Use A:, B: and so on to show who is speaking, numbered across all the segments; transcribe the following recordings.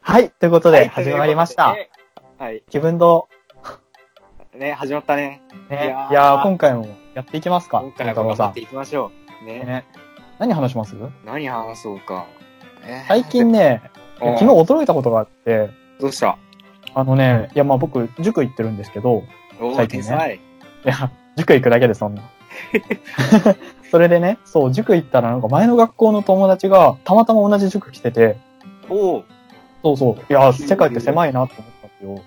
A: はい、ということ
B: は
A: で
B: い
A: 始まりました。。
B: ということではい。
A: 気分堂、
B: ね、始まったね。
A: ね。い
B: い
A: や
B: や
A: ー
B: ー
A: 今回もやっていきますか。
B: 今回は
A: 孝
B: 頑
A: 太
B: 張
A: 郎
B: っていきましょう。
A: さん。
B: ね。
A: ね。何話します
B: 何話そうか。えー
A: 最近 ね、
B: う
A: 昨
B: ん
A: 日驚いたことがあって、
B: どうした
A: あのね、いやまあ僕、塾行ってるんですけど、
B: おー
A: 最近ね
B: 天才。
A: いや、塾行くだけでそ んな。それでね、そう、塾行ったらなんか前の学校の友達がたまたま同じ塾来てて、
B: おー
A: そうそう、いやー、世界って狭いなって思ったんで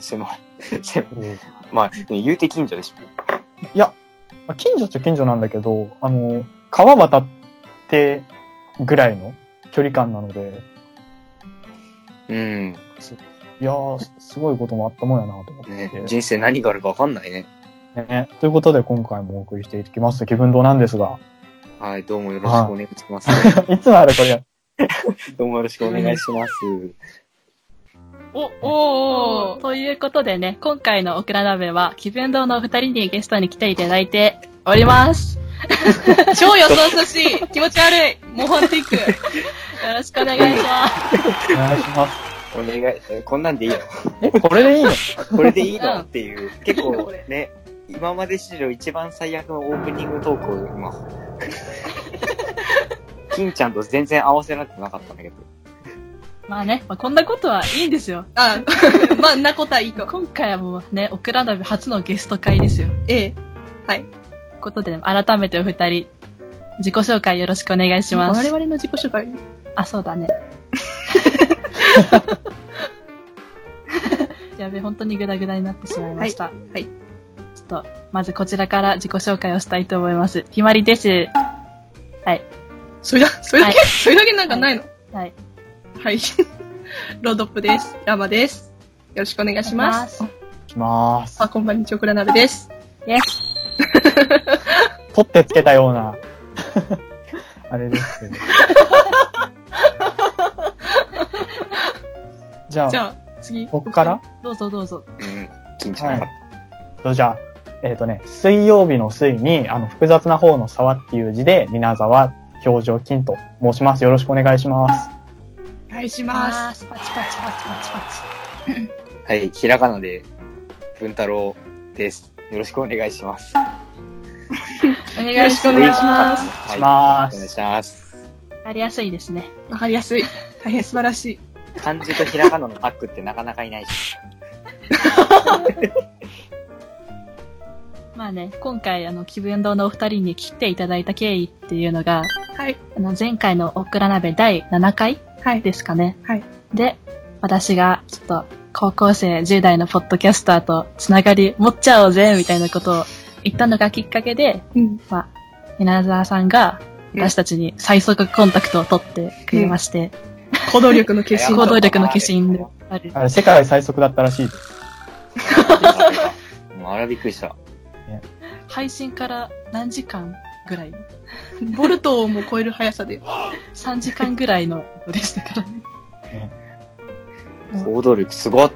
A: す
B: うん、狭い。 狭い。
A: よ。
B: まあ、ね言うて近所でし
A: いや、まあ近所っちゃ近所なんだけど、あの、川渡ってぐらいの距離感なので、
B: ょ。うん。
A: いやー、すすごいこともあったもんやなと思って。
B: ね、人生何があるか分かんないね。
A: ね、ということで今回もお送りしていきます。気分堂なんですが、
B: はい、どうもよろしくお願いし ます。
A: いつもあるこれ。
B: どうもよろしくお願いします。
C: お、おおということでね、今回のオクラ鍋は、気分堂のお二人にゲストに来ていただいており ます。超予想差し い気持ち悪い模範テイクよろしくお願いします。
A: お願いします。
B: お願い、えこんなんでいいの
A: え、これでいいの
B: これでいい
C: うん
B: のっていう、結構
C: これ
B: ね、今まで史上一番最悪のオープニングトークを今、金ちゃんと全然合わせなくなかったんだけど。
C: まあね、まあ、こんなことはいいんですよ。
D: あ、 まあ、んなことはいいと。
C: 今回はもうね、オクラ鍋初のゲスト会ですよ。とい
D: ええ。
C: うことで、改めてお二人、自己紹介よろしくお願いしま
D: 我
C: す。
D: 々の自己紹介。
C: あ、そうだね。 やべ、本当にグダグダになってしまいました。
D: はい。
C: ちょっと、まずこちらから自己紹介をしたいと思います。ひまりです。
D: それだ、それだけ、それだけなんかないの
C: はい。
D: はい。ロードップです。ラマです。よろしくお願いします。
C: す。
A: します
D: あ、。こんばんにちは、クラナベです。
A: 取ってつけたような、 あれです けど。じゃ
D: じ
A: あ、
D: ゃあ、次。
A: 僕から
C: どうぞどうぞ。
B: うん、金ちゃんが。
A: じゃあ、えっ、とね、水曜日の水に、あの、複雑な方の沢っていう字で、皆沢表情金と申します。よろしくお願いします。
D: お願いします。
C: す。パチパチパチパチパチ。
B: はい、ひらがなで、文太郎です。よろしくお願いします。
C: お
D: よ
C: 願
D: ろ
C: い
D: し
C: し
D: くお願いします。
B: は
A: し
B: い、
A: ま
B: お願い
A: す。
B: します。
C: わかりやすいですね。
D: わかりやすい。大変素晴らしい。
B: 漢字とひらがなのタッグってなかなかいないし。
C: まあね、今回、あの、気分堂のお二人に来ていただいた経緯っていうのが、
D: はい。
C: あの、前回のオクラ鍋第7回
D: はい。
C: ですかね。
D: はい。
C: で、私が、ちょっと、高校生10代のポッドキャスターとつながり持っちゃおうぜ、みたいなことを言ったのがきっかけで、
D: うん。
C: まあ、稲沢さんが、
D: うん
C: 私たちに最速コンタクトを取ってくれまして、
D: 行動力の化
B: うん
D: 身
C: 行
D: と
C: 動。力の化身である。
A: あれ世界最速だったらしいです。
B: もうあらびっくりした。
C: 配信から何時間ぐらい
D: ボルトをも超える速さで。
C: ?3 時間ぐらいのことでしたからね。
B: 行動力すごっ。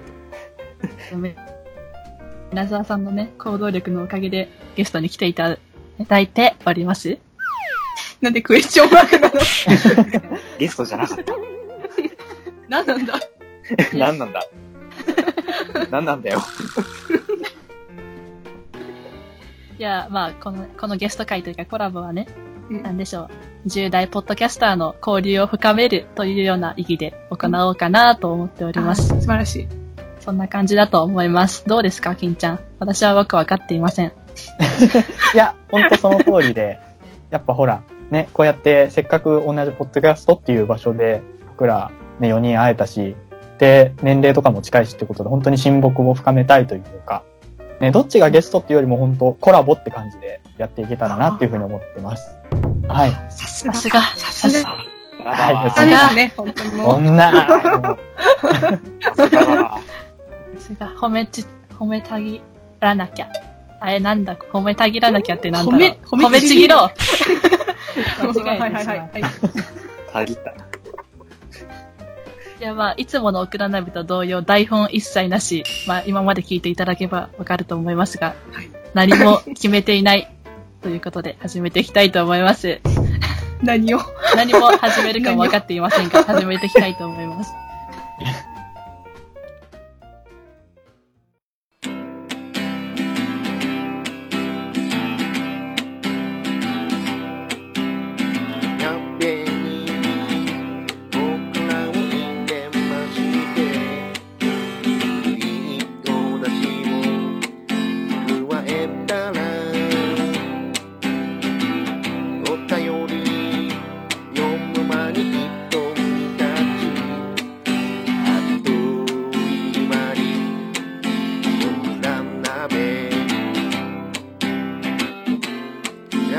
C: 稲沢さんのね、行動力のおかげでゲストに来ていただいております。
D: なんでクエスチョンマークなの
B: ゲストじゃなかった。
D: 何なんだ
B: 何なんだ何なんだよ。
C: いや、まあ、この、このゲスト会というかコラボはね、
D: うん
C: なんでしょう。10代ポッドキャスターの交流を深めるというような意義で行おうかなと思っておりま
D: あ
C: す。
D: ー素晴らしい。
C: そんな感じだと思います。どうですか、金ちゃん。私はよくわかっていません。
A: いや、ほんとその通りで、やっぱほら、ね、こうやってせっかく同じポッドキャストっていう場所で、僕ら、ね、4人会えたし、で、年齢とかも近いしってことで、本当に親睦を深めたいというか、ね、どっちがゲストっていうよりも本当コラボって感じでやっていけたらなっていうふうに思ってます。はい。
D: さす
C: さ
D: が。
C: すが。
D: さすが。さ
A: はい
D: すがですね、本当にもう。
A: こんな、
B: さすがだな
C: さすが。褒めち、褒めたぎらなきゃ。あれ、なんだ、褒めたぎらなきゃってなんだろう。
D: 褒め
C: 褒めちぎろう。
D: は
C: 間
D: い
C: 違
D: は
C: えて
D: いは
C: し
D: い
C: まう。
D: は
B: た
D: い。
B: ぎった。
C: いやまあ、いつものオクラナビと同様、台本一切なし、まあ、今まで聞いていただけばわかると思いますが、 何も決めていないということで始めていきたいと思います。
D: 何を。
C: 何も始めるかも分かっていませ んが、始めていきたいと思います。
E: カンペに僕らを入れましていいお出汁を加えたらお便り読む間に一人立ちあっという間に僕ら鍋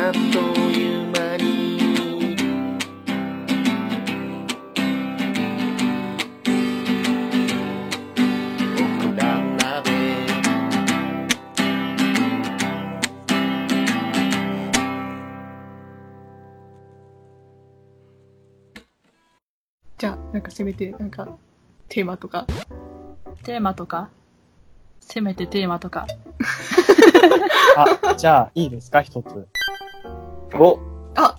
E: あっという間に僕ら鍋
D: じゃあ、なんかせめて、なんか、テーマとか。
C: テーマとかせめてテーマとか。
A: あ、じゃあ、いいですか、一つ。
B: お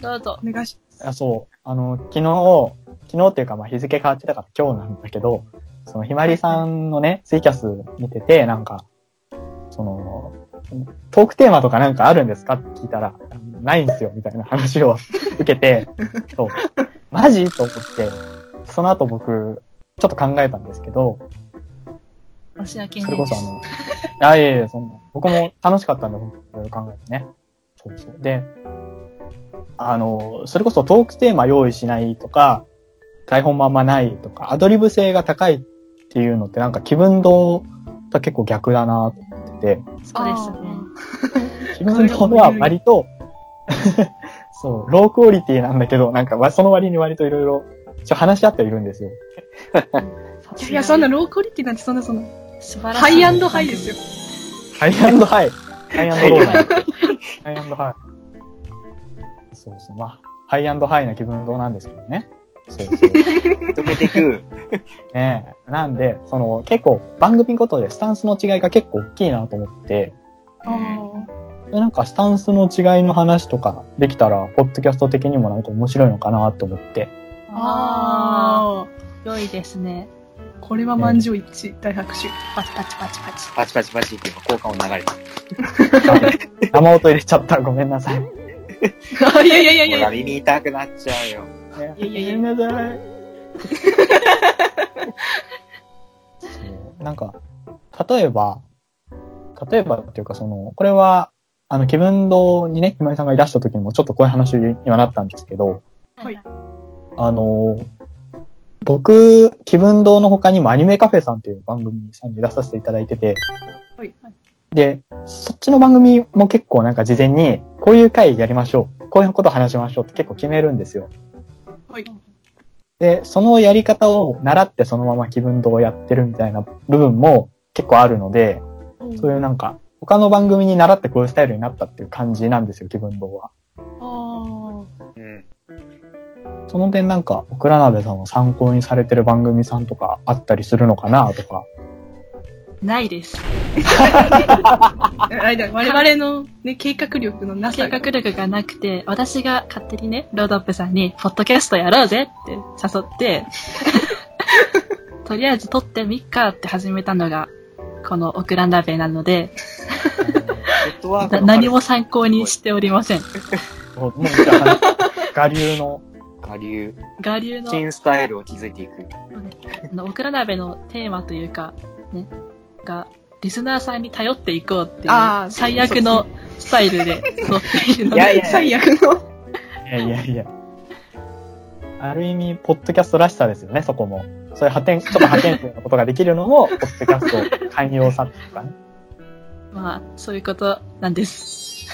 C: どうぞ。
D: お願いし
A: あ、そう。あの、昨日、昨日っていうか、まあ、日付変わってたから今日なんだけど、その、ひまりさんのね、ツイキャス見てて、なんか、その、トークテーマとかなんかあるんですかって聞いたら、ないんすよ、みたいな話を受けて、そう。マジと思って、その後僕、ちょっと考えたんですけど、
C: 私は健
A: そ
C: 康
A: れ
C: で
A: こ
C: す
A: そあ。の、あ、いえいえ、そんな。僕も楽しかったんで、本当にいろいろ考えてね。そうそう。で、あの、それこそトークテーマ用意しないとか、台本もあんまないとか、アドリブ性が高いっていうのってなんか気分堂と結構逆だなと思ってて、
C: そうですね。
A: 気分堂は割と、そう、ロークオリティなんだけど、なんかわその割に割といろいろ、ちょ話し合ってはいるんですよ。
D: いやいや、そんなロークオリティなんてそんなそんな。
C: 素晴らしい。
D: ハイアンドハイですよ。
A: ハイアンドハイ。ハイアンドローだよ。ハイアンドハイ。そうそう。まあ、ハイアンドハイな気分どうなんですけどね。そうそう。
B: 止めていく。
A: ねえ。なんで、その、結構、番組ごとでスタンスの違いが結構大きいなと思って、でなんかスタンスの違いの話とかできたら、ポッドキャスト的にもなんか面白いのかなと思って。
C: あ
D: あー。
C: ー。良いですね。
D: これは満場一致、大拍手。
C: パチパチパチパチ。
B: パチパチパチっていうか効果音流れ
A: あ
B: て。
A: 生音入れちゃった。ごめんなさい。
D: あいやいやいやい
B: もう
D: や。
B: 耳痛くなっちゃうよ。
A: ごめんなさい。そう なんか、例えば、例えばっていうかその、これは、あの、気分堂にね、ひまりさんがいらした時にもちょっとこういう話にはなったんですけど、
D: はい
A: あの、僕、気分堂の他にもアニメカフェさんっていう番組さんに出させていただいてて、
D: はい
A: で、そっちの番組も結構なんか事前に、こういう回やりましょう、こういうこと話しましょうって結構決めるんですよ。
D: はい。
A: で、そのやり方を習ってそのまま気分堂をやってるみたいな部分も結構あるので、そういうなんか、他の番組に習ってこういうスタイルになったっていう感じなんですよ、気分堂は。
D: あ
B: うん。
A: その点なんか、オクラ鍋さんを参考にされてる番組さんとかあったりするのかなとか。
C: ないです。
D: あ。あれだ、我々のね、計画力のなさ
C: 計
D: が。
C: 画力がなくて、私が勝手にね、ロードアップさんに、ポッドキャストやろうぜって誘って、とりあえず撮ってみっかって始めたのが、このオクラ鍋なので、
B: フットワーク
C: な
B: の
C: 何も参考にしておりません。
A: もう、もうじゃあ、我流の、
B: 下流。
C: 我流の、
B: 新スタイルを築いていく。
C: あのオクラ鍋のテーマというか、ね、が、リスナーさんに頼っていこうってい
D: あ
C: う、
D: ー
C: 最悪のスタイルで撮ってい るの
B: いや
C: で、
B: いや
D: 最悪の。
A: いやいやいや。ある意味、ポッドキャストらしさですよね、そこも。そういう破天、ちょっと破天荒なことができるのも、ポッドキャスト寛容さとかね。
C: まあ、そういうことなんです。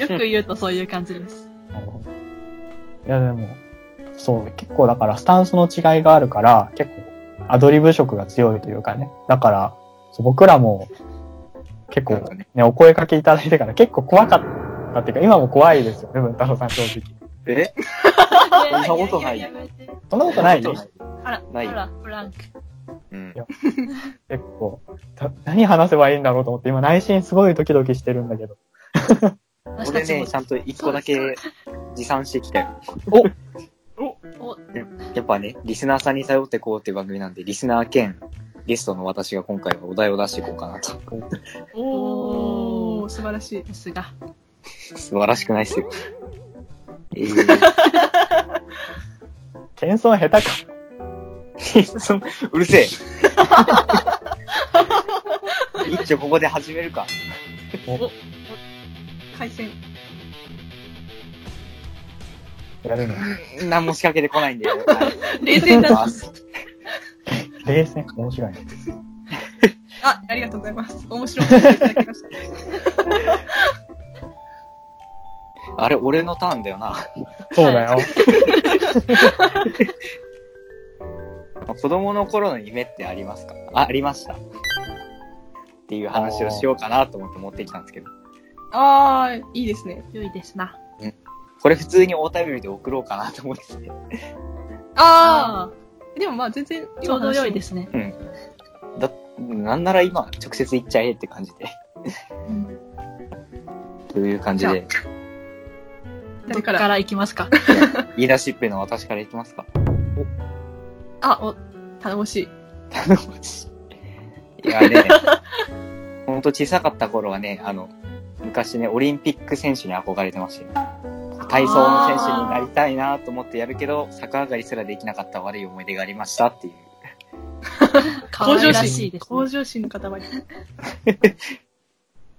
C: よく言うとそういう感じです。
A: なるほど。いや、でも、そう、結構だから、スタンスの違いがあるから、結構、アドリブ色が強いというかね。だから、そう僕らも、結構
B: なんかね
A: ね、お声かけいただいてから結構怖かったっていうか、今も怖いですよね、文太郎さん正直。
B: え
C: そ
B: んなことない
C: やややや
A: そんなことない
B: そんな
A: 結
B: こ
C: あら、
B: ない
C: あら、フランク。
B: うん。
A: 構。た何話せばいいんだろうと思って、今内心すごいドキドキしてるんだけど。
C: 私
B: 俺
C: たち
B: ね、
C: も
B: ち。ゃんと一個だけ持参してきたよ。
C: お
B: やっぱね、リスナーさんに頼ってこうっていう番組なんで、リスナー兼ゲストの私が今回はお題を出していこうかなと。
D: おー、素晴らしい。
C: さすが。
B: 素晴らしくないっすよ。えー、
A: 謙遜下手か。
B: そのうるせえ。 一丁ここで始めるか。
D: 回線。
A: やるの。
B: 何も仕掛けてこないんで。はい
D: 冷静だ。
A: 冷静。面白いね。
D: あ、ありがとうございます。面白いこといただきました。
B: あれ、俺のターンだよな。
A: そうだよ。
B: 子供の頃の夢ってありますかあ、ありました。っていう話をしようかなと思って持ってきたんですけど。
D: あー、いいですね。
C: 良いですな。
B: これ普通にお便りで送ろうかなと思ってて。
D: あー、でもまあ全然、。
C: ちょうど良いですすね。
B: だ、なんなら今、直接行っちゃえって感じで。という感じで、
C: どっ
D: 誰
C: か
D: から
C: ら行きますか。
B: 言い出しっぺの私からいきますか。
D: あ、お、頼もしい。
B: 頼もしい。いやね、ほんと小さかった頃はね、あの、昔ね、オリンピック選手に憧れてましたよ。体操の選手になりたいなと思ってやるけど、逆上がりすらできなかった悪い思い出がありましたっていう。
C: 可愛らしい
D: 心
C: で。すね、
D: 向上心の塊。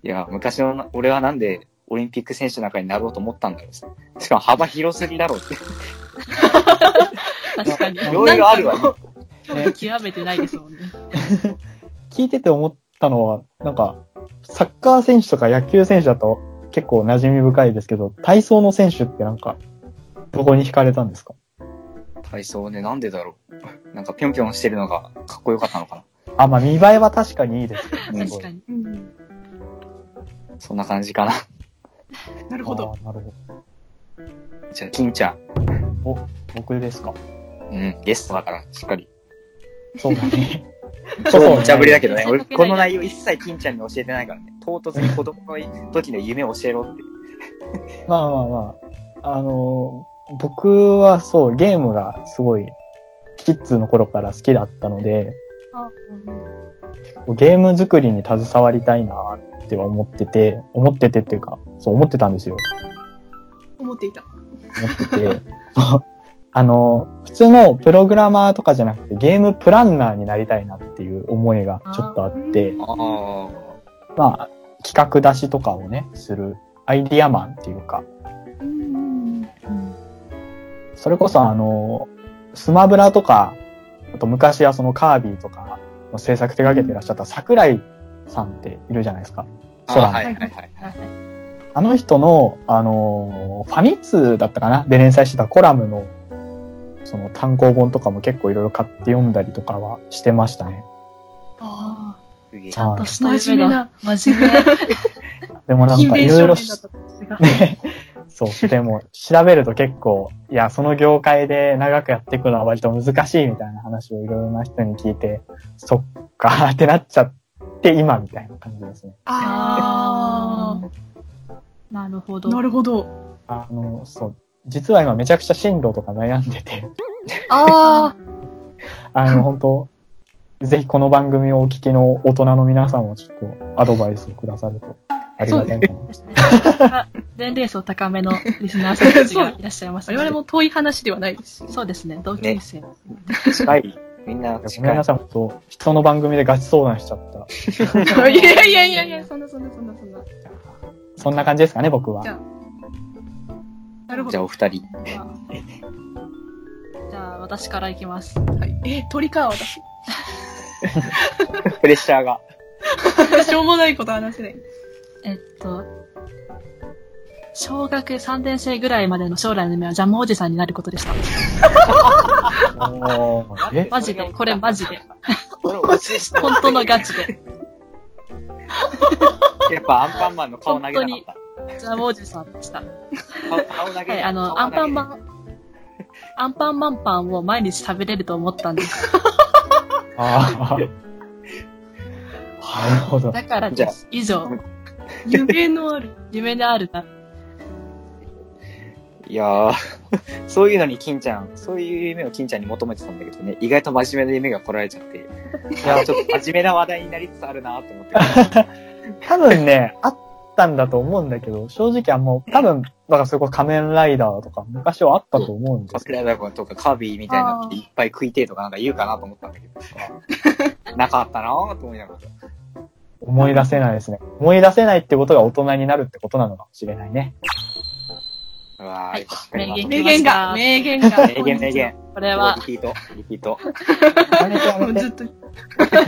B: いや、昔のな俺はなんでオリンピック選手なんかになろうと思ったんだろう。しかも幅広すぎだろうって。
C: 確かに。
A: い
B: いろいろあるわ、ね。
A: ね
C: 極めてないですもんね。
A: 聞いてて思ったのは、なんか、サッカー選手とか野球選手だと結構馴染み深いですけど、体操の選手ってなんか、どこに惹かれたんですか
B: 体操ね、なんでだろう。なんかぴょんぴょんしてるのがかっこよかったのか
A: あ、まあ見栄えは確かにいいですけどね。
C: 確かに。
D: うん。
B: な。そんな感じかな。
D: なるほど。
A: あーなるほど。
B: じゃあ、金ちゃん。
A: 僕ですか。
B: うん、ゲストだから、しっかり。
A: そうだね。
B: 超無茶ぶりだけどね。
C: そう
B: 俺、
C: ね
B: この内容一切金ちゃんに教えてないからね。唐突に子供の時の夢を教えろって。
A: まあまあまあ。あのー僕はそう、ゲームがすごい、キッズの頃から好きだったので、ゲーム作りに携わりたいなっては思ってて、思っててっていうか、そう思ってたんですよ。
D: 思っていた。
A: 思ってて。 あの、普通のプログラマーとかじゃなくてゲームプランナーになりたいなっていう思いがちょっとあって、
B: ああ。
A: まあ、企画出しとかをね、するアイディアマンっていうか、
D: うん。
A: それこそあの、スマブラとか、あと昔はそのカービィとかの制作手掛けてらっしゃった桜井さんっているじゃないですか。空の
B: はいはいはい。
A: あの人の、あのーファミ通だったかなで連載してたコラムの、その単行本とかも結構いろいろ買って読んだりとかはしてましたね。
D: あ
B: すげえ
A: ゃあ
C: 私の夢が。真面目。
A: でも
D: あ。
A: なん
D: 勤
A: かい
D: 勉
A: ろい
D: 少
A: ろ、
D: 年だった
A: ね、そう、でも調べると結構、いや、その業界で長くやっていくのは割と難しいみたいな話をいろいろな人に聞いて、そっかーってなっちゃって今みたいな感じですね。
D: あ
C: なるほ
D: あ。
C: ど。
D: なるほど。
A: あの、そう、実は今めちゃくちゃ進路とか悩んでて、
D: あ
A: あの、本当ぜひこの番組をお聞きの大人の皆さんもちょっとアドバイスをくださるとありがたいかな。
C: 年齢層高めのリスナーさんたちがいらっしゃいま
D: あ。
C: す、
D: 我々も遠い話ではないですし。
C: そうですね、同級生。
A: 近い。
B: みんな
A: ごめん
B: 近。
A: ないさい、本当人の番組でガチ相談しちゃった。
D: いやいやいやいや、そんなそんなそんなそんな。
A: そんな感じですかね、僕は
D: じ。ゃなるほ
B: じゃあ、
D: ど。
B: お二人。
C: じゃあ、じゃあ私からいきます。
D: はい、え、鳥か、私。
B: プレッシャーが。
D: しょうもないこと話せない。
C: えっと、小学3年生ぐらいまでの将来の夢はジャムおじさんになることでした。
A: おーえ
C: マジで、これマジで。
B: これ、落ちでした。
C: 本当のガチで。
B: やっぱアンパンマンの顔投げなかった。
C: ジャムおじさんでした。
B: 顔顔投げ
C: はい、あの、アンパンマン、アンパンマンパンを毎日食べれると思ったんです。
A: ああ。なるほど。
C: だから
B: じ
C: で
B: ゃあ
C: す。以上、
D: 夢のある。
C: 夢のあるな、
B: いやー、 そういうのに金ちゃん、そういう夢を金ちゃんに求めてたんだけどね、意外と真面目な夢が来られちゃって、いやー、ちょっと真面目な話題になりつつあるなと思って。
A: 多分ね、あったんだと思うんだけど、正直あんま、多分、だからそれこそ仮面ライダーとか昔はあったと思うんで
B: カ
A: す
B: スラダゴンとかカービィみたいなのっていっぱい食いてえとかなんか言うかなと思ったんだけど、 なかったなーと思いながら。
A: 思い出せないですね。思い出せないってことが大人になるってことなのかもしれないね。
B: うわー、
C: はい
B: よかった今
C: 名
D: 名言が、名言が。
B: 名言、名言。
C: これは
B: リ、ピート、リピート。
A: やめてや
D: も
A: め
D: う
A: て
D: ずっと。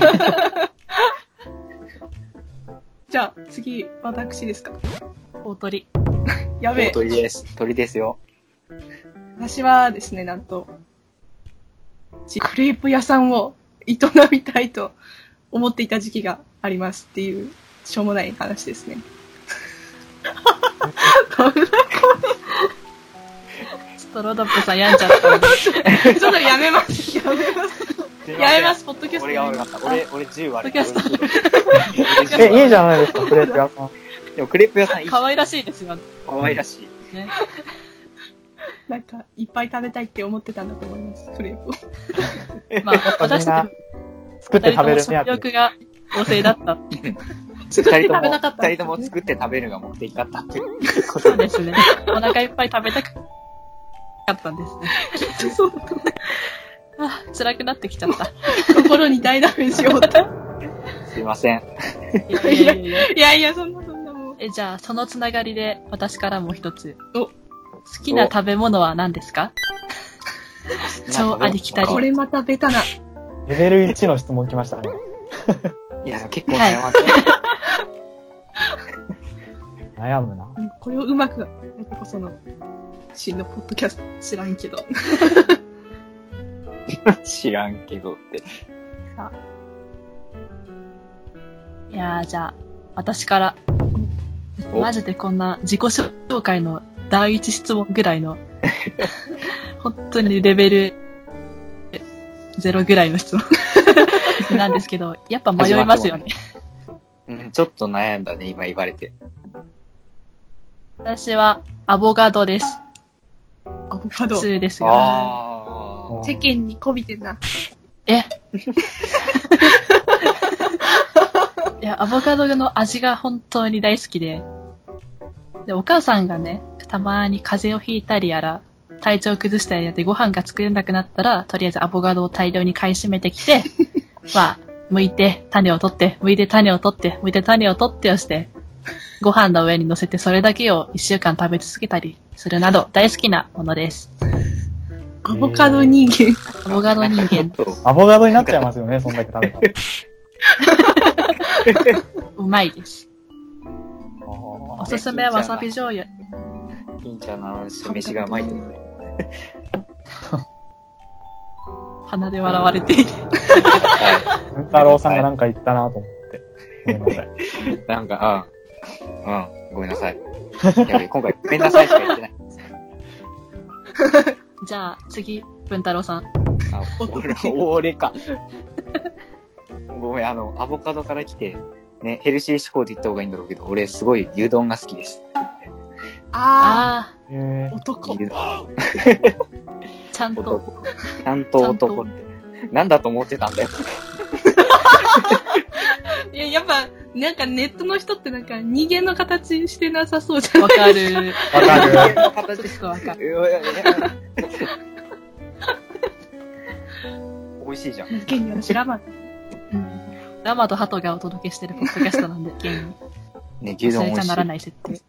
D: じゃあ、次、私ですか。
C: 大鳥。
D: やべえ。
B: 鳥です。鳥ですよ。
D: 私はですね、なんと、クレープ屋さんを営みたいと思っていた時期がありますっていう、しょうもない話ですね。どんな
C: ちょっとロドップさん病んじゃったんで。
D: ちょっとやめます。やめます。やめます。ポッドキャスト
B: 俺
D: や
B: が
D: め
B: 悪
D: ま
B: かっ
D: す。
B: た。俺、俺10割。
C: ポッドキャ
B: ス
A: え、いいじゃないですか、クレープ屋さん。
B: でもクレープ屋さんいいし
C: 可愛らしいですよね。
B: 可愛らしい。
D: なんか、いっぱい食べたいって思ってたんだと思います。クレープを。
C: まあ、私
A: みん
C: た
A: な
C: ち
A: 作って食べ
C: 二人とも
A: る目当
C: 食
A: て。
C: 欲が旺盛だった。
B: 二人とも
D: 食べなかった、
B: 二人とも作って食べるのが目的だったっていうこ
C: そ
B: と
C: う
B: で。
C: ですね。お腹いっぱい食べたかったんですね。
D: そうだ
C: あ、辛くなってきちゃった。
D: 心に大ダメージを負った。
B: すいません。
C: いやいやいやいや
D: いやいや、そんなそんなもう。
C: え、じゃあ、そのつながりで、私からも一つ。
D: お
C: 好きな食べ物は何ですか超ありきたり
D: これまたベタな。
A: レベル1の質問来ましたね。
B: いや、結構悩ましい。
A: 悩むな。
D: これをうまく、なんかこその、真のポッドキャスト知らんけ ど。
B: 知らんけどって。
C: いやー、じゃあ、私から。
B: お
C: マジでこんな自己紹介の第一質問ぐらいの、 本当にレベルゼロぐらいの質問 なんですけど、やっぱ迷いますよ ね。
B: うん、ちょっと悩んだね、今言われて。
C: 私はアボカドです。
D: アボカド
C: 普。通ですが。
B: あ
D: 世間に媚びてんな。
C: えいや、アボカドの味が本当に大好きで。で、お母さんがね、たまに風邪をひいたりやら、体調崩したりやってご飯が作れなくなったら、とりあえずアボカドを大量に買い占めてきて、まあ、剥いて、種を取って、剥いて種を取って、剥いて種を取ってをして、ご飯の上に乗せてそれだけを一週間食べ続けたりするなど、大好きなものです。
D: アボカド人間。
C: アボカド人間。
B: ー。
A: アボカドになっちゃいますよね、そんだけ食べたら。
C: うまいです。
B: お
C: おすすめはわさび醤油。
B: 金ちゃんの話、飯がうまいってことね。
C: 鼻で笑われている。
B: は
A: 文太郎さんがなんか言ったなと思って。ごめんなさい。
B: い。なんか、うん。うん。ごめんなさ い。やべ、今回、ごめんなさいしか言ってない。
C: じゃあ、次、文太郎さん。
B: あ、俺、俺 か。ごめん、あの、アボカドから来て、ね、ヘルシー志向で言った方がいいんだろうけど、俺、すごい牛丼が好きです。
D: あ
C: あ
A: え
D: ー、男。
B: 牛丼。
C: あ、ちゃんと。
B: 男。ちゃんと男って。なんだと思ってた んだよ。
D: いや、やっぱ、なんかネットの人ってなんか人間の形してなさそうじゃ
C: わ
D: ない
C: か る。
A: ー、わかる。
B: の形
C: すごいわ かる。
B: 美味しいじゃん。
D: 人間には知らない。
C: うん。ラマとハトがお届けしてるポッドキャストなん で、ゲーム。
B: ね、牛
C: そ
B: 丼
C: れ
B: 美
C: じ
B: 味し
C: ゃないら。ない設定。
D: 美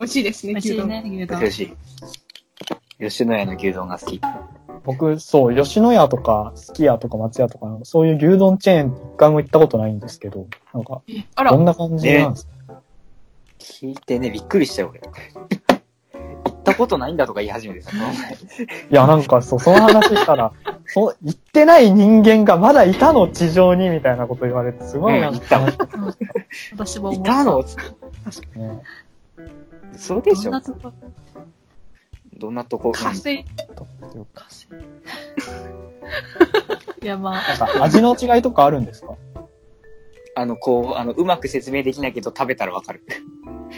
D: 味しいですね、
C: 美味し
D: 牛
C: い
D: 丼。
C: ね、牛
B: 美
C: 丼。
B: 味しい。吉野家の牛丼が好き。
A: 僕、そう、吉野家とか、すき家とか松屋とか、そういう牛丼チェーン一回も行ったことないんですけど、なんか、
D: あ
A: ど
D: ら、
A: んな感じなんですか、
B: 聞いてね、びっくりしたよ、俺。行ったことないんだとか言い始めてさ、この前
A: いや、なんか、そう、その話したら、そう、行ってない人間がまだいたの、地上に、みたいなこと言われて、すごいな
B: うんん
A: か楽しかっ
C: 私も
B: い
C: 思
B: た
C: う。
B: の
A: たね。
B: そうでし
C: ど
B: ょどん
C: んなとこ
B: なとこ、
D: カフェ、
C: かし いや、まあ、
A: なんか、味の違いとかあるんですか
B: あの、こう、あの、うまく説明できないけど食べたらわかる。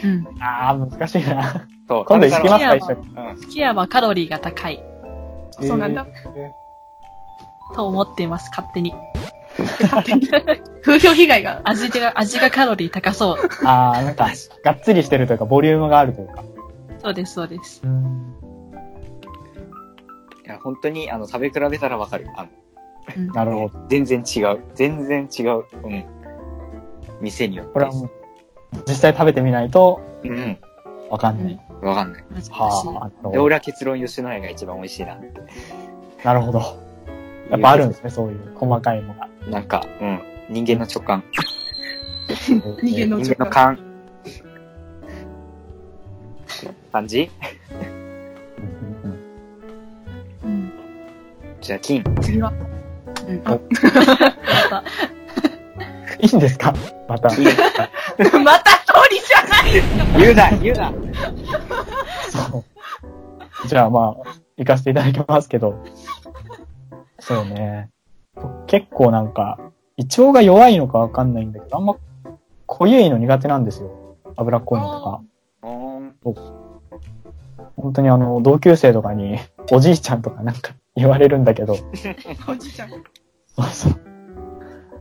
C: うん。
A: ああ、難しいな。
B: そう。
A: 今度行きます、
C: あ
A: 最
C: れ
A: 初
C: から
A: に。
B: うん。
C: スキヤはカロリーが高い
D: そうなんだ。
C: と思っています、勝手に。
D: 風評被害が。
C: 味が、味がカロリー高そう。
A: ああ、なんか、がっつりしてるというか、ボリュームがあるというか。
C: そうです、そうです。
B: いや、本当に、あの、食べ比べたらわかる。あの、
C: うん
A: なるほど。
B: 全然違う。全然違う。うん。店によって。
A: これはもう、実際食べてみないと
B: うん。
A: わかんない。
B: わかんない。
C: 難しい。
A: はあ、な
B: で、
A: るほ
B: 俺は結論吉野家が一番美味しいなって。
A: どなるほど。やっぱあるんですね、そういう細かいの が。
B: なんか、うん。人間の直感。
D: 人間の
B: 人
D: 直
B: 間の
D: 感。
B: 勘。感じ
A: うんうんうん
C: うん。
B: じゃあ、金。
D: 次は。
C: う
A: お
C: んまた
A: いいんですかまた。
B: 金。
D: また鳥じゃない
B: 言うな、言うな。
A: そう。 じゃあまあ、行かせていただきますけど。そうね。結構なんか、胃腸が弱いのかわかんないんだけど、あんま濃いの苦手なんですよ。脂っこいのとか。
B: おーん
A: 本当にあの、同級生とかに、おじいちゃんとかなんか言われるんだけど。
D: おじいちゃん。
A: そうそう。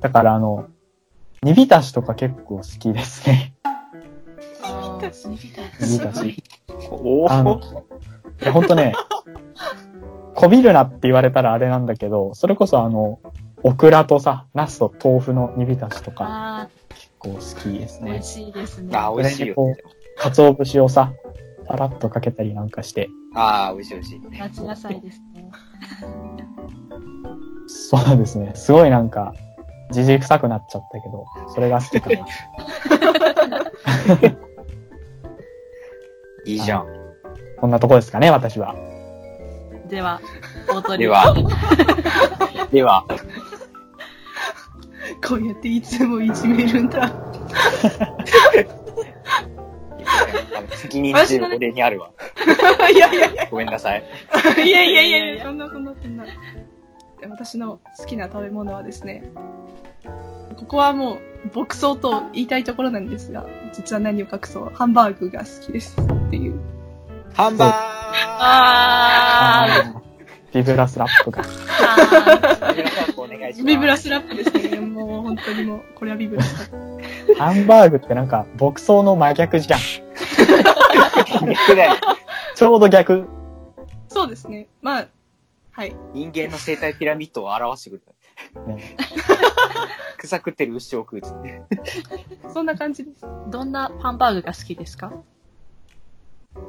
A: だからあの、煮浸しとか結構好きですね。
C: あー
A: 煮浸し。
B: お
A: あの
B: ー、
A: いや、ほんと ね、こびるなって言われたらあれなんだけど、それこそあの、オクラとさ、ナスと豆腐の煮浸しとか、
C: あ
A: こう好きです
C: ー、美
A: ね
C: 味。しいですね。
B: あー、美味しいよね。
A: 鰹節をさ、パラッとかけたりなんかして、
B: あー、美味しい美味しい。
C: 夏野菜ですね。
A: そうですね、すごいなんか、じじ臭くなっちゃったけど、それが好きか な。
B: いいじゃん。
A: こんなとこですかね、私は。
C: では、大鳥。
B: では、 では、
D: こうやっていつもいじめるんだ。
B: あの責任って俺にあるわ。
D: いやいやいや。
B: ごめんなさい。
D: いやいやいやいや、そんなそんなそんな。私の好きな食べ物はですね、ここはもう牧草と言いたいところなんですが、実は何を隠そう、ハンバーグが好きですっていう。
B: ハンバ
C: あ
A: ビブラスラップが。
C: ーあ
B: ーグビブラスラップお願いします。
D: ビブラスラップですね。もう本当にもう、これはビブラスラッ
A: ハンバーグってなんか、牧草の真逆じゃん。
B: 逆だよ。
A: ちょうど逆。
D: プ。そうですね。まあ、はい。
B: 人間の生態ピラミッドを表してくれた。
A: ね
B: 草食ってる牛を食うっつって。
D: そんな感じです。
C: ーどんなハンバーグが好きですか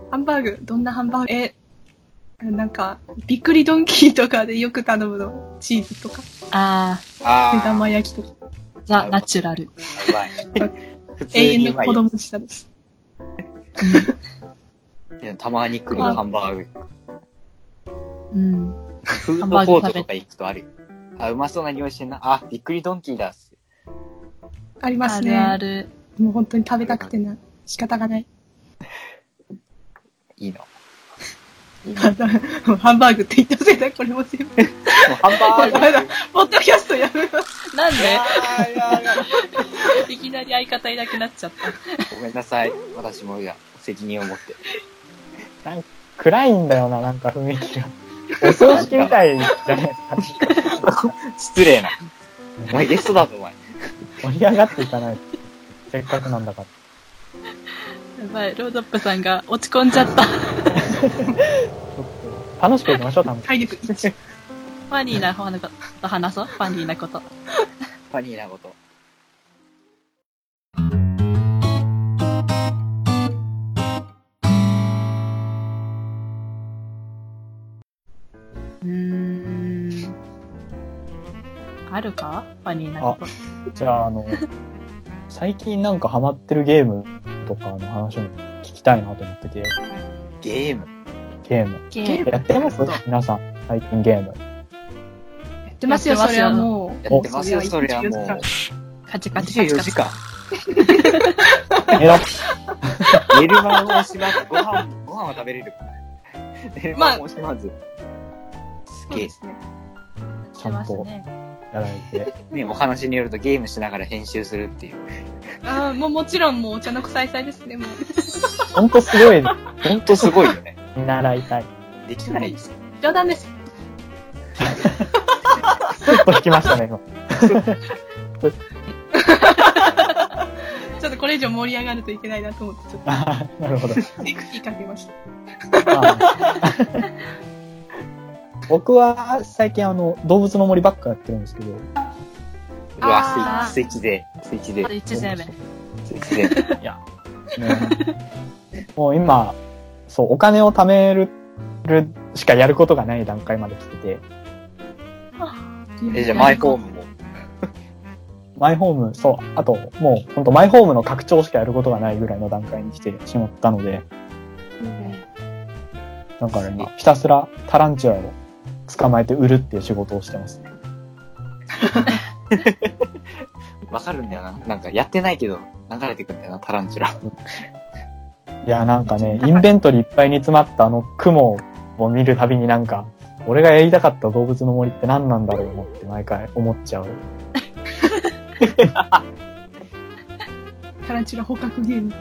D: ハンバーグ、どんなハンバーグえ、なんか、びっくりドンキーとかでよく頼むの。チーズとか、
C: あ
D: 目
B: あ
D: 玉焼きとか、
C: ー、ザ・ナチュラル。
B: ー、やばい。普通
D: 永
B: に
D: 遠
B: う
D: の
B: まい
D: 子
B: よ
D: 供舌です。
B: いやたまに来るハンバーグ。
C: うん。
B: フードコートとか行くとあるよ。あ、うまそうな匂いしてんな。あ、びっくりドンキーだっす。
D: ありま
C: あ
D: す
C: るあ
D: ね。
C: る。
D: もう本当に食べたくてな、仕方がない。
B: いいの。
D: ハンバーグって言ったせいだ、これも全部。
B: ハンバーグ。
D: ポッドキャストやめます。
C: な
B: あ
C: ん
B: ーいやいや
C: でいきなり相方いなくなっちゃった。
B: ごめんなさい。私もいや、責任を持って。
A: 暗いんだよな、なんか雰囲気が。お葬式みたいじゃないですか。
B: 失礼な。お前ゲストだぞ、お前。
A: 盛り上がっていかない。せっかくなんだから。
C: やばい、ロードップさんが落ち込んじゃった。
A: ちょっと楽しくいきましょう、楽しく。
D: 体力1。
C: ファニーな方のこと話そう。ファニーなこと。
B: ファニーなこと。
C: うーん。あるかファニーなこと。
A: じゃあ、あの、最近なんかハマってるゲームとかの話も聞きたいなと思ってて、
B: ゲーム。
A: ゲーム。
C: ゲ
D: ーム
A: やってます皆さん、最近ゲーム。
D: やってますよ、
C: やっ
D: そ
C: てますよ
D: れ
B: やってますよ、それは
D: はも
B: もう。
C: カチカチカチ
B: 24
C: カ
B: 時
C: チ。
B: 間。
A: えら、
B: 寝る間も惜しまず、ご飯も、ご飯は食べれる。寝る間も惜しまず。す
D: う。そう
B: げえ
D: で。すね。
A: ちゃんと
C: ね。
A: やられて。
B: ね、お話によるとゲームしながら編集するっていう。
D: ああ、もうもちろんもうお茶の臭いさいですね、もう。
A: ほんとすごい、ほん
B: ほんとすごいよね。
A: 見習いたい。
B: できないですよ。
D: 冗談です。
A: ちょっと引きましたね、今。
D: ちょっとこれ以上盛り上がるといけないなと思って、ちょっ
A: あーなるほど。
D: と言いかけました。
A: 僕は最近あの、動物の森ばっかやってるんですけど。
B: うわ
C: あ、ー
B: スイッチで、スイッチで
C: まだ、1戦目。
B: スイッチで。
A: いや、ねもう今、そう、お金を貯めるるしかやることがない段階まで来てて、
B: え、じゃあマイホームも。
A: マイホーム、そう、あと、もう、本当マイホームの拡張しかやることがないぐらいの段階に来てしまったので、だから今、ひたすらタランチュラを捕まえて売るっていう仕事をしてます。
B: わかるんだよな。なんかやってないけど、流れてくんだよな、タランチュラ。
A: いや、なんか ね、インベントリーいっぱいに詰まったあの雲を見るたびになんか、俺がやりたかった動物の森って何なんだろうなって毎回思っちゃう。
D: タランチュラ捕獲ゲーム。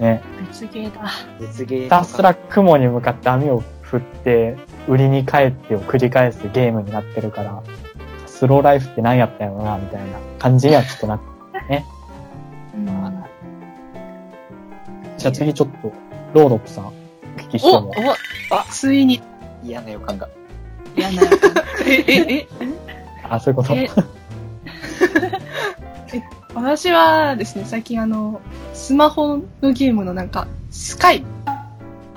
A: ね。
C: 別ゲーだ。
B: 実現
A: ひたすら雲に向かって網を振って、売りに帰ってを繰り返すゲームになってるから、スローライフって何やったんやろな、みたいな感じにはちょっとなって。じゃあ次ちょっと、ロードップさん、お聞きして
C: おお
A: も。
D: ついに。
B: 嫌な予感が。
C: 嫌な予感。
D: え、 え、え、
A: あ、そういうこと。
C: え
D: 私はですね、最近あの、スマホのゲームのなんか、スカイっ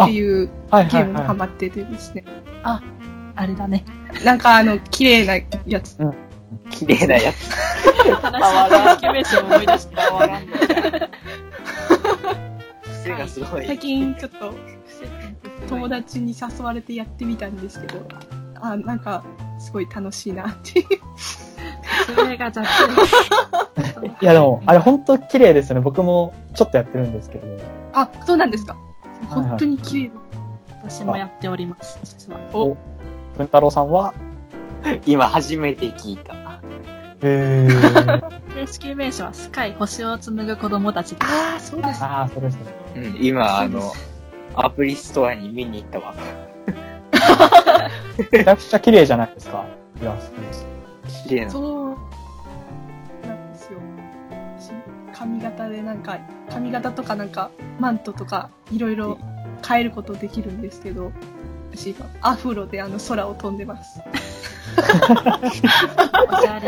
D: ていう
A: はい
D: ゲ
A: は
D: ー
A: い
D: ムに
A: は
D: ハ
A: い。
D: マっててですね。
C: あれだね。
D: なんかあの、綺麗なやつ。
B: 綺麗なやつ。
C: 話のイケメンを思い出した。
B: 癖がすごい。
D: 最近ちょっと友達に誘われてやってみたんですけど、あ、なんか、すごい楽しいなっていう。
C: それが
A: い
C: 雑
A: やでも、あれ本当綺麗ですよね。僕もちょっとやってるんですけど。
D: あ、そうなんですか。
A: はい
D: 本当に綺麗だ。
C: 私もやっております、実は。
D: お、
A: 文太郎さんは、
B: 今初めて聞いた。
A: えー、
C: 正式名称はスカイ、星を紡ぐ子供た ちです。
D: ああ、そうです。
A: ああ、そうですね。
B: うん、今、あの、アプリストアに見に行ったわ。
A: めちゃくちゃ綺麗じゃないですか。いや、そうです。
B: 綺麗な。
D: そうなんですよ。し髪型でなんか、髪型とかなんか、マントとか、いろいろ変えることできるんですけど、私今、アフロであの空を飛んでます。
C: おしゃれ。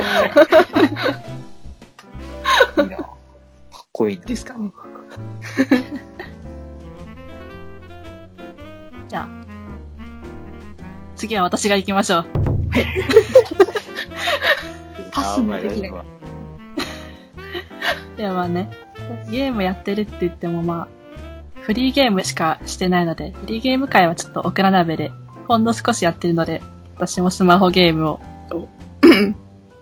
B: いいな。かっこいいな。
D: ですかね。
C: じゃあ、次は私が行きましょう。
D: パスもできない
B: あ
C: ではね、ゲームやってるって言ってもまあ、フリーゲームしかしてないので、フリーゲーム界はちょっとオクラ鍋で、ほんの少しやってるので、私もスマホゲームを
D: お、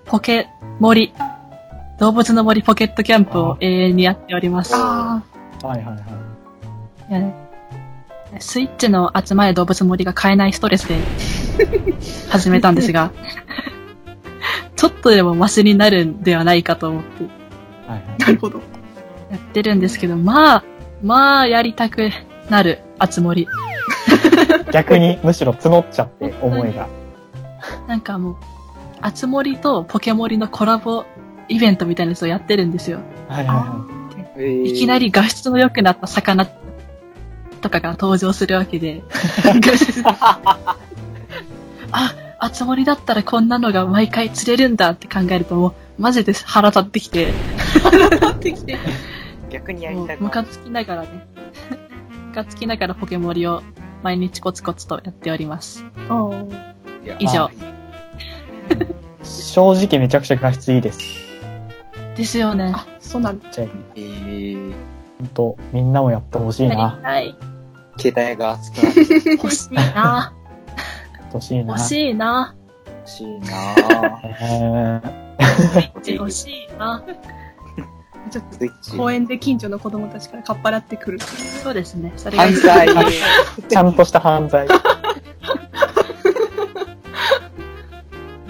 C: ポケ、森、動物の森ポケットキャンプを永遠にやっております。
D: あ
A: はいはいはい
C: やねスイッチの集まれ動物森が買えないストレスで始めたんですが、ちょっとでもマシになるんではないかと思って
A: い。はいはい
D: あ、なるほど。
C: やってるんですけど、まあ、まあやりたくなる熱森。
A: 逆に、むしろ募っちゃって、思いが。
C: なんかもう、熱森とポケモリのコラボイベントみたいなやつをやってるんですよ。
A: はいはいは
B: ーえー
C: いきなり画質の良くなった魚とかが登場するわけで。あ、熱森だったらこんなのが毎回釣れるんだって考えるともう、マジで腹立ってきて、
D: ってきて。
B: 逆にや
C: も
B: り
C: う
B: たく
C: ム
B: な
C: カ
B: い。
C: つきながらね、 ムカつきながらポケモリを毎日コツコツとやっております。
D: お
B: いや
C: 以上。
A: い。正直めちゃくちゃ画質いいです。
C: ですよね。
D: あ、そうなんだ。
A: じゃあ、
B: えー
A: ほんと、みんなもやってほしいな。
C: はい。
B: 携帯が熱くなって
C: 欲しいな。
A: 欲しいな。
C: 欲しいな。
B: ほしいな ぁ。
A: えー、
C: 欲しいな。
D: ちょっと
B: スイッチ。
D: 公園で近所の子供たちからかっぱらってくる。
C: そうですね。それが
B: 犯罪。
A: ちゃんとした犯罪。
C: っ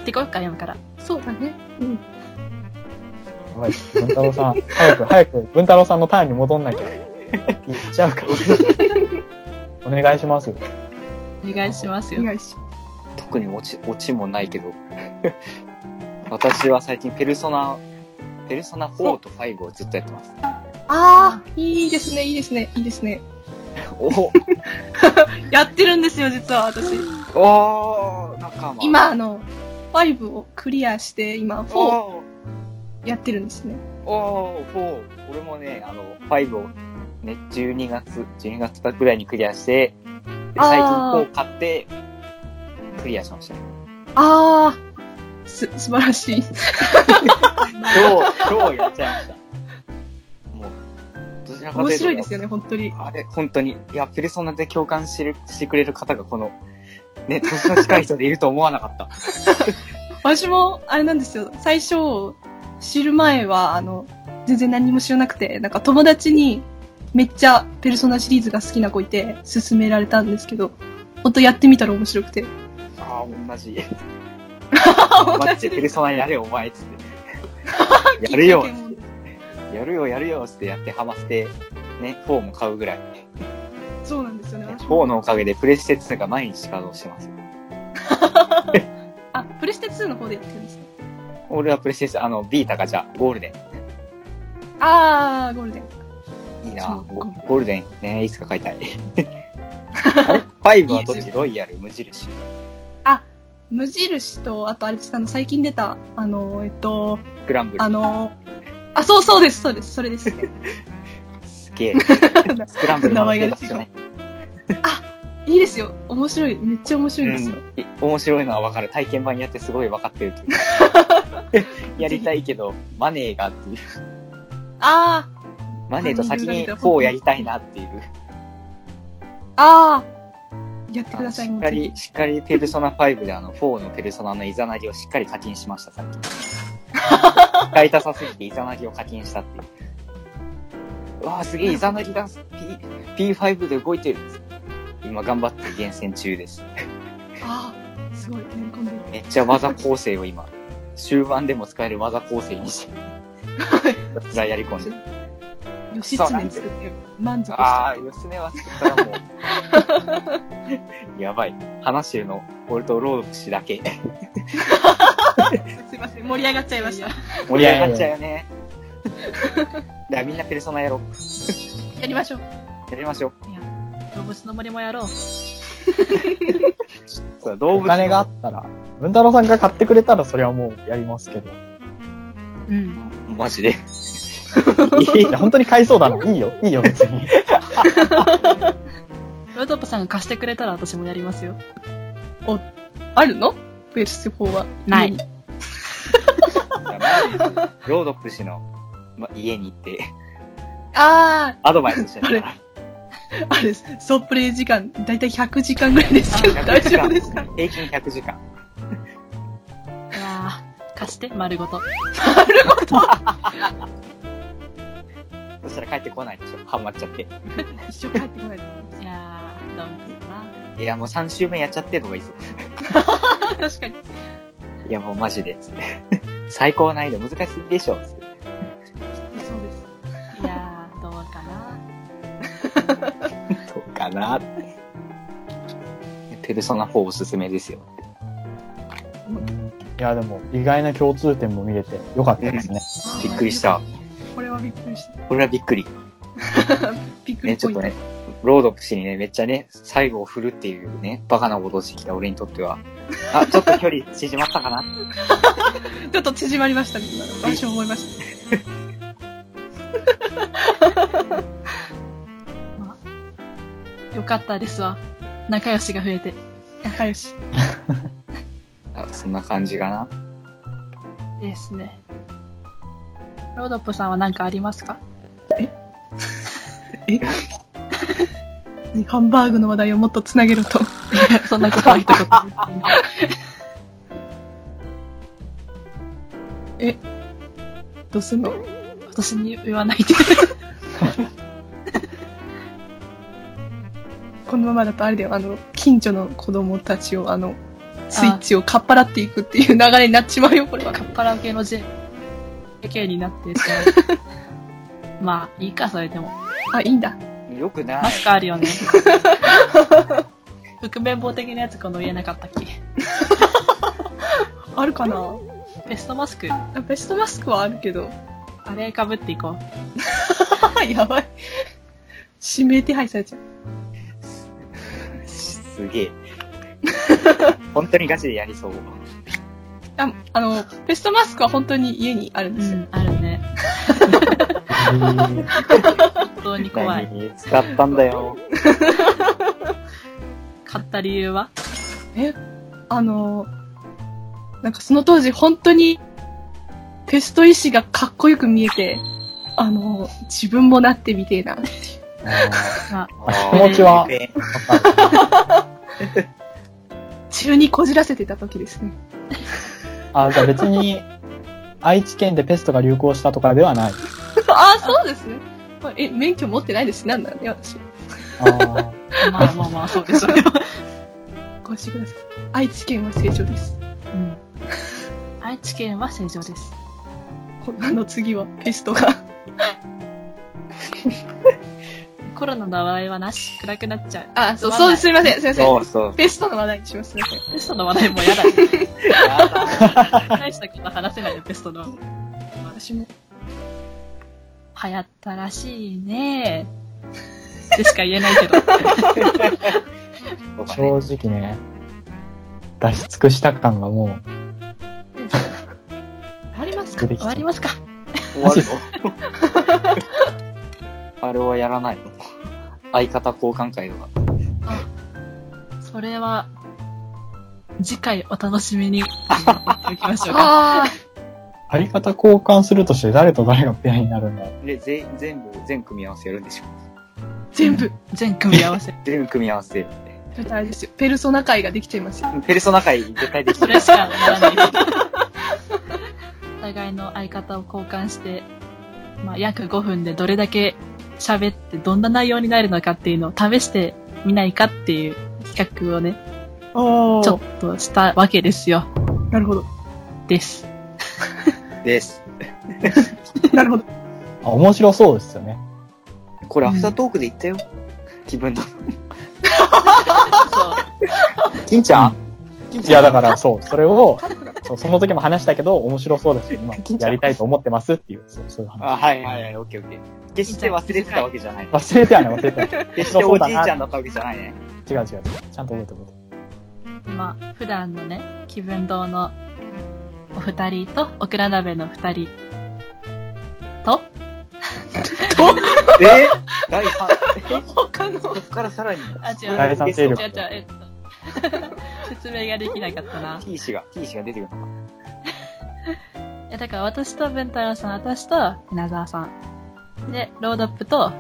C: ていこうか、今から。
D: そうだね。うん。
A: やばい、文太郎さん、早く早く、文太郎さんのターンに戻んなきゃ。行っちゃうから。 お願いします。
C: お願いしますよ
D: お。願いしま
B: 特にオチオチもないけど 私は最近ペルソナペルソナ4と5をずっとやってます
D: す。ああ、いいですね、いいですね、いいですね。
B: お
D: やってるんですよ、実は私。
B: おー仲間
D: 今、あの、5をクリアして、今、4
B: お
D: やってるんですね。
B: ーおー4俺もねあの5をね12月12月ぐらいにクリアしてで最近
D: あー
B: こう買ってクリアしま した
D: ああ、す、素晴らしい。
B: 今日今日やっちゃいましたもうどちらかとうと
D: 面白いですよね、本当に。
B: あれ、本当に。いや、ペルソナで共感してるしてくれる方が、この、ね、年の近い人でいると思わなかった。
D: 私も、あれなんですよ、最初、知る前は、あの、全然何も知らなくて、なんか友達に、めっちゃ、ペルソナシリーズが好きな子いて、勧められたんですけど、ほんとやってみたら面白くて。
B: ああ、同じ。
D: 同
B: マジでペルソナやれよ、お前っつ って。やるよ、やるよ、やるよ、つってやってハマって、ね、4も買うぐらい。
D: そうなんですよね、私も
B: 4のおかげでプレステ2が毎日稼働してます。
D: あ、プレステ2の方でやってるんですね。
B: 俺はプレステ2、あの、ビータがじゃあゴールデ
D: あー、ゴールデン。
B: ン。いいな
D: そう
B: ゴゴールデン、ね、いつか買い たい。あれ ?5 はどっちロイヤル、無印。
D: 無印と、あとあれです、あの、最近出た、あの、えっと、
B: グランブル
D: あ。の、あ、そうそうです、そうです、それです。
B: す げえ。スクランブルの
D: 名前が
B: 出てますね
D: いいですよ、面白い、めっちゃ面白いですよ。
B: うん、い面白いのは分かる体験版やってすごい分かってるというか やりたいけどマネーがっていう
D: あ
B: マネーと先にこうやりたいなっていう
D: ー、あー、やってく
B: あの
D: ださ
B: し
D: い、
B: っ
D: もう
B: かりしっかりペルソナ5であの4のペルソナのイザナギをしっかり課金しましたさ っき使いたさすぎてイザナギを課金したっていううわあすげえイザナギダンス P P5 で動いてる今頑張って厳選中です
D: あー、すごい、練り込んでる。
B: めっちゃ技構成を今、終盤でも使える技構成にして、ひたすらやり込 んで。
D: 吉
B: そうなん
D: 常
B: です
D: 作って満足し
B: あ
D: た
B: あ、。義経は作ったらも う、やばい。話してるの、俺とロード氏だけ。
D: すいません、盛り上がっちゃいました。や
B: 盛り上がっちゃうよね。じゃあみんなペルソナやろう。
D: りましょう。
B: やりましょう。
C: 動物の森もやろう。
B: そう動
A: お
B: 物の
A: 金があったら、文太郎さんが買ってくれたら、それはもうやります けど。
C: うん。
B: マジで。
A: いや、本当に買いそうだな。いいよ、いいよ、別に。
C: ロードップさんが貸してくれたら私もやりますよ。
D: あるのベース4は。
C: ない。
B: じゃあマジで ロードップ氏の、ま、家に行って、
D: あ
B: アドバイスしてたら。
D: ー、あれです。総プレイ時間、だいたい100時間ぐらいですけど、大丈夫ですか
B: 平均100時間。
C: いやー貸して、丸ごと。
B: そしたら帰ってこないでしょ。ハマっちゃって。
D: 一生帰ってこないです。
C: いやー、どうもない
B: や、もう3週目やっちゃってるのがいいぞ。
D: 確かに。
B: いや、もうマジで。 つって最高難易度難しすぎでしょ。つって
D: そうです。
C: いやー、どうか
B: ど
C: な。
B: うかなってペルソナ4おすすめですよ。
A: いや、でも、意外な共通点も見れて、よかったですね。
B: びっくりした。
D: これはびっくりした。
B: 俺はびっくり。
D: びっくり
B: ね、ち
D: ポ
B: ょ
D: イ
B: っ
D: ン
B: と
D: ト。
B: ね、ロードップ氏にね、めっちゃね、最後を振るっていうね、バカなことをしてきた俺にとっては、あ、ちょっと距離縮まったかなって
D: ちょっと縮まりましたね、今の。私も思いました。
C: よかったですわ。仲良しが増えて。
D: 仲良し。
B: あそんな感じかな。
C: ですね。ロードップさんは何かありますか
D: ハンバーグの話題をもっとつなげろと。
C: そんなことは一言も言ってない
D: どうすんの
C: 私に言わないで。
D: このままだとあれだよ、あの、近所の子供たちを、あの、スイッチをかっぱらっていくっていう流れになっちまうよ、これは。
C: カッパラ系の JK になってしまうまあ、いいか、それでも。
D: あ、いいんだ。
B: よくな
C: マ
B: い。
C: スクあるよね。覆面棒的なやつこの家なかったっけ
D: あるかな
C: ベストマスク
D: あベストマスクはあるけど。
C: あれ被っていこう。
D: あやばい。 指名手配されちゃう。
B: すげえ。本当にガチでやりそう。
D: ああの、ベストマスクは本当に家にあるん
C: う
D: ですよ。
C: ん、あるね。
A: うん
C: 本当に怖い。
B: 何使ったんだ よ。
C: 買った理由は
D: あの、なんかその当時本当にテスト医師がかっこよく見えて、あの、自分もなってみてえな。
C: まあ、
A: 気持ちはわかる
D: 中にこじらせてた時ですね。
A: あ、じゃあ別に、愛知県でペストが流行したとかではない。
D: ああ、そうですね。まあえ、免許持ってないです。なんだね、私。
A: あー
C: まあまあまあ、そうでしょうよ。
D: ごしてください。愛知県は正常です。
C: うん。愛知県は正常です。
D: こんなの次はペストが。
C: コロナの話題はなし。暗くなっちゃう。
D: あ、 そう、
C: つまん
D: そう
C: な
D: で
C: い
D: す。すみません、すみ
B: そ
D: ません。
B: うそう。
D: ペストの話題にします。すみません。
C: ペストの話題もやだ。
B: やだ
C: 大したこと話せないよ、ペストの。
D: 私も。
C: 流行ったらしいね。でしか言えない けど。
B: そうだね
A: 正直ね、出し尽くした感がも
C: 終わります
A: 出
C: か
A: てき
C: 終
A: た
C: わりますか
B: 終わるの あれはやらないの相方交換会は。
C: それは、次回お楽し みに。行きましょうか。
D: あ
A: う、あり方交換するとして誰と誰がペアになるんだろう。
B: で、ぜ全部、全組み合わせやるんでしょ
D: あ、 全部。
C: 全組み合わせ。
B: 全部組み合わせ。
D: ちょっとあれですよ。ペルソナ会ができちゃいますよ。
B: ペルソナ会絶対でき
C: そ
B: る
C: れしかならない。お互いの相方を交換して、まあ、約5分でどれだけ喋ってどんな内容になるのかっていうのを試してみないかっていう企画をね、
D: お
C: ちょっとしたわけですよ。
D: なるほど。
C: です。
B: です。
D: なるほど。
A: あ、面白そうですよね。
B: これアフタートークで言ったよ。気分の。
C: そう。
B: 金ちゃん
A: いや、だからそう、それを、そうその時も話したけど、面白そうだし、今
B: 緊、張
A: やりたいと思ってますっていう、そうそういう話。
B: あ、はいはいはい、オッケーオッケー。決して忘れてたわけじゃない。
A: 忘れてはない、忘れてはない。
B: 決しておじいちゃんだったわけじゃないね。
A: 違う違う違う。ちゃんと覚えておいて。
C: まあ、普段のね、気分堂のお二人と、オクラ鍋の二人と、
B: え第三え
D: 他の。
B: そこからさらに。
C: あ、違う、
A: 第三勢力
C: 違う違う、えっと、 説明ができなかったな。
B: T 氏が、T 氏が出てくるのか。
C: いや、だから私と文太郎さん、私と稲沢さん。で、ロードアップと、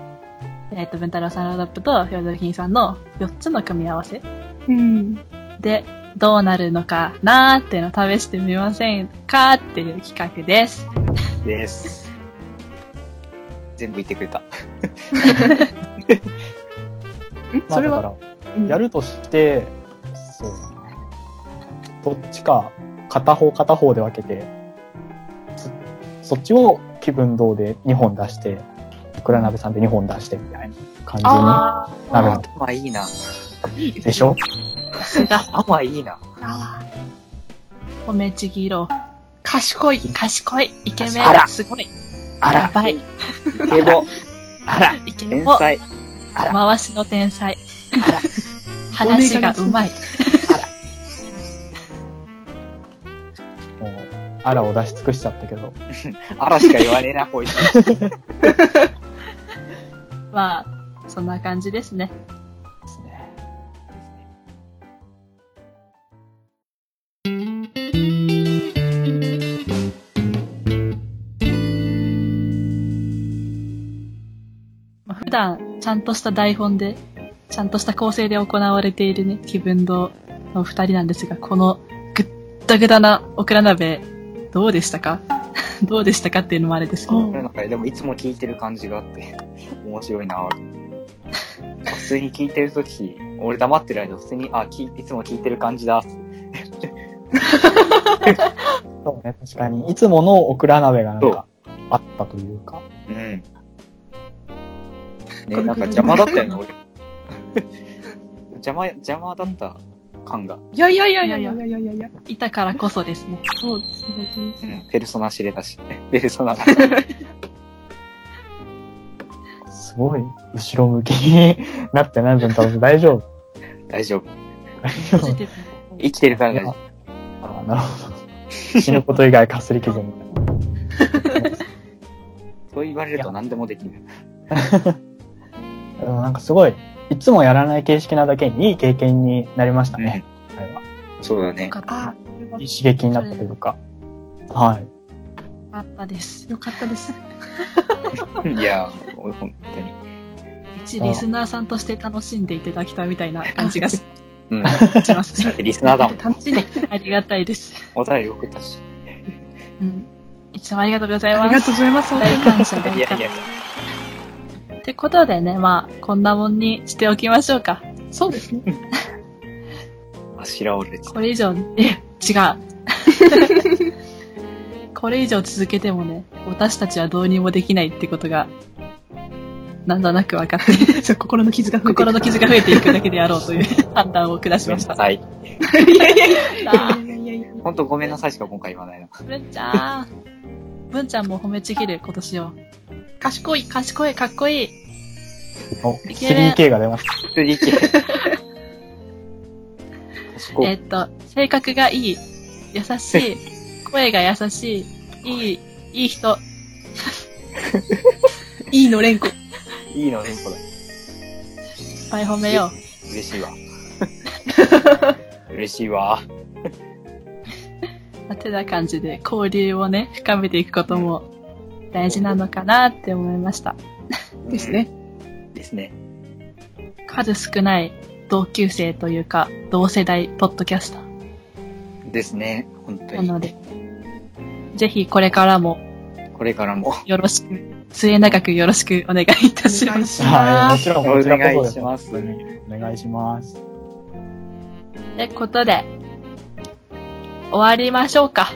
C: えっ、と、文太郎さん、ロードアップと、フィョドルヒンさんの4つの組み合わせ
D: うん。
C: で、どうなるのかなーっていうのを試してみませんかっていう企画です。
B: です。全部言ってくれた。
A: まあ、
D: それ
A: だ
D: は、
A: か
D: うん
A: ら、やるとして、そう。どっちか、片方片方で分けて、そそっちを気分堂で2本出して、倉鍋さんで2本出してみたいな感
D: ああ、
A: じになる
B: 頭いいな。
D: いいです
A: でしょ
B: 頭いいな。
C: おめちぎろう。
D: 賢い。
C: 賢い。イケメ
B: あら
C: ン。すごい。
B: あ
C: やばい。
B: イケボ。あら、
C: イケ
B: 天
C: ボ。
B: 才。
C: 回しの天才。 話がうまい。
A: もう、あらを出し尽くしちゃったけど、
B: あらしか言わねえな、こいつ。
C: まあ、そんな感じですね。
A: ですね。
C: まあ普段、ちゃんとした台本で、ちゃんとした構成で行われているね、気分堂のお二人なんですが、このぐったぐだなオクラ鍋、どうでしたか どうでしたかっていうのもあれですけど。
B: なんかでもいつも聞いてる感じがあって、面白いな普通に聞いてるとき、俺黙ってる間、普通に、あ、きいつも聞いてる感じだ。って
A: そうね、確かに。いつものオクラ鍋がなんか、あったというか。
B: うん。ね、なんか邪魔だったよね、俺。 邪魔、邪魔だった感が。
D: いやいやいやいやいやいやいやいやいや。
C: いたからこそですね。
D: そうですね、本当に。
B: うんペルソナ知れたし。 ペルソナ。
A: すごい、後ろ向きになって何分食べて大丈夫。
B: 大丈夫。
A: 大丈
C: ポジ
A: 夫。
C: ティ
B: 生きてるから大丈夫。
A: あなるほど。死ぬこと以外かすり傷みたいな。
B: そう言われると何でもできる。
A: でもなんかすごい、いつもやらない形式なだけにいい経験になりましたね。今回は
B: そうだ
C: ブよ
B: ね。
C: かった。
D: あ
C: よ
D: あ、よかっ
A: いい刺激になったというか。はい。
C: かったです
D: た。よかったです。
B: いや、俺本当に。
C: 一リスナーさんとして楽しんでいただきたみたいな感じがし
B: うん。
C: します。
B: リスナーだもん。
D: 楽しんで。
C: ありがたいです。
B: お便り送ったし。
C: うん。いつもありがとうござい
D: あ
C: ま
D: りが
C: す。
D: とうございます。
C: 大感謝、
B: い
C: 大
B: や
C: 感
B: い
C: 謝。
B: や、
C: ってことでね、まあ、こんなもんにしておきましょうか。
D: そうですね。
B: あしらおれつ。
C: これ以上、え、 違う。これ以上続けてもね、私たちはどうにもできないってことが、なんとなく分かって、
D: そう心の傷が増えていく
C: 心の傷が増えていくだけでやろうという判断を下し
B: ごめ
C: ま
B: ん
C: し
B: な
C: た。
B: さい。
D: いやいやいや
C: あ
D: いやいやいや。
B: 本当ごめんなさいしか今回言わないな。
C: ー文ちゃん。文ちゃんも褒めちぎる、今年を。賢い、賢い、かっこいい。
A: お、
C: いける
A: 3K が出ました。
B: 釣り行 け。賢
C: え
B: い
C: っと、性格がいい、優 しい、声が優しい、いい、いい人、
D: いいの連呼。
B: いいのね、これ。
C: いっぱい褒めよう。
B: 嬉しい わ。嬉しいわ。
C: まあてな感じで交流をね、深めていくことも大事なのかなって思いました。
D: ですね。
B: うん。ですね。
C: 数少ない同級生というか、同世代ポッドキャスター
B: ですね。本当
C: な
B: に。
C: ので、ぜひこれからも
B: これからも。
C: よろしく、末永くよろしくお願いいたし
D: お願
C: ま
D: い
C: す。
D: し
A: はい、
D: ま
A: も
D: す。
A: ちろん、
B: お
A: こちらこ
B: 願
A: そ
B: いします。
A: です。お願いします。
C: ってことで、終わりましょうか。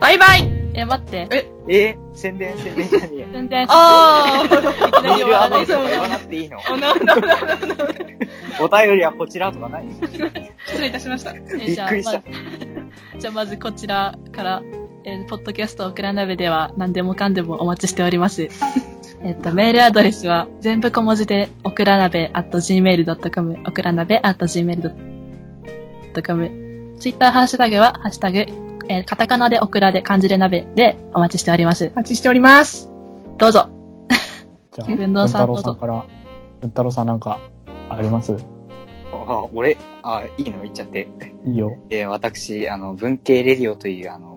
D: バイバイ
C: え、待って。
B: え宣伝宣伝じゃねえよ。
C: 全然、
D: ああ
B: メールアドレスは言わなくていいのお便りはこちらとかない
D: 失礼いたしました。
C: えじゃあ
B: びっくりした
C: ま じゃあまずこちらから、えーポッドキャストオクラ鍋では何でもかんでもお待ちしております。 えっと、メールアドレスは全部小文字で、オクラ鍋 at gmail.com、オクラ鍋 at gmail.com。ツイッターハッシュタグは、ハッシュタグ、えーカタカナでオクラで漢字で鍋でお待ちしております。
D: お待ちしております。
C: どうぞ。
A: じゃあ、
C: え
A: 文
C: 文堂さ
A: 太
C: ん
A: 郎さんから、文太郎さんなんか、あります
B: あ、俺、あ、いいの言っちゃって。
A: いいよ。
B: えー私、あの、文系レディオという、あの、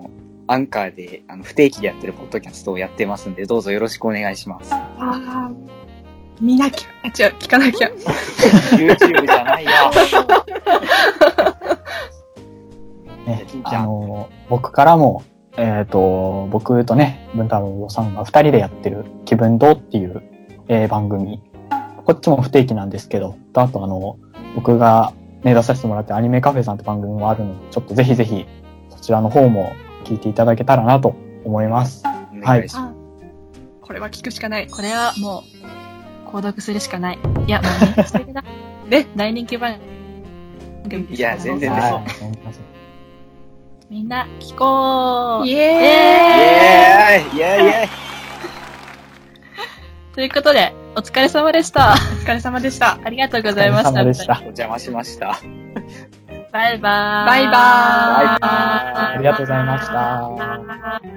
B: アンカーで、あの、不定期でやってるポッドキャストをやってますんで、どうぞよろしくお願いします。
D: ああ、見なきゃ。あ違う、聞かなきゃ。
B: YouTube じゃないよ。
A: ね
B: 金、ちゃん
A: あの、僕からも、えっ、と、僕とね、文太郎さんが二人でやってる気分堂っていう、えー番組。こっちも不定期なんですけど、あとあの、僕が、ね、出させてもらってアニメカフェさんって番組もあるので、ちょっとぜひぜひ、そちらの方も聞いていただけたらなと思います。
B: お願いしま
D: あ これは聞くしかない。
C: これはもう、購読するしかない。いや、もうね、それだ。
D: ね、
C: 大人気番組です
B: いや全然です
A: はい。お願いします
C: みんな、聞こう
D: イ
C: イ
D: エーイ
C: エ
B: す。イェーイイェーイイェーイ
C: ーイということで、お疲れ様でした。
D: お疲れ様でした。
C: ありがとうございました。
A: お疲れ様でした
B: お。邪魔しました。
C: バイバーイ。
D: バイバー
B: バ
D: イ
B: イバーイ
A: ありがとうございました。
C: イ。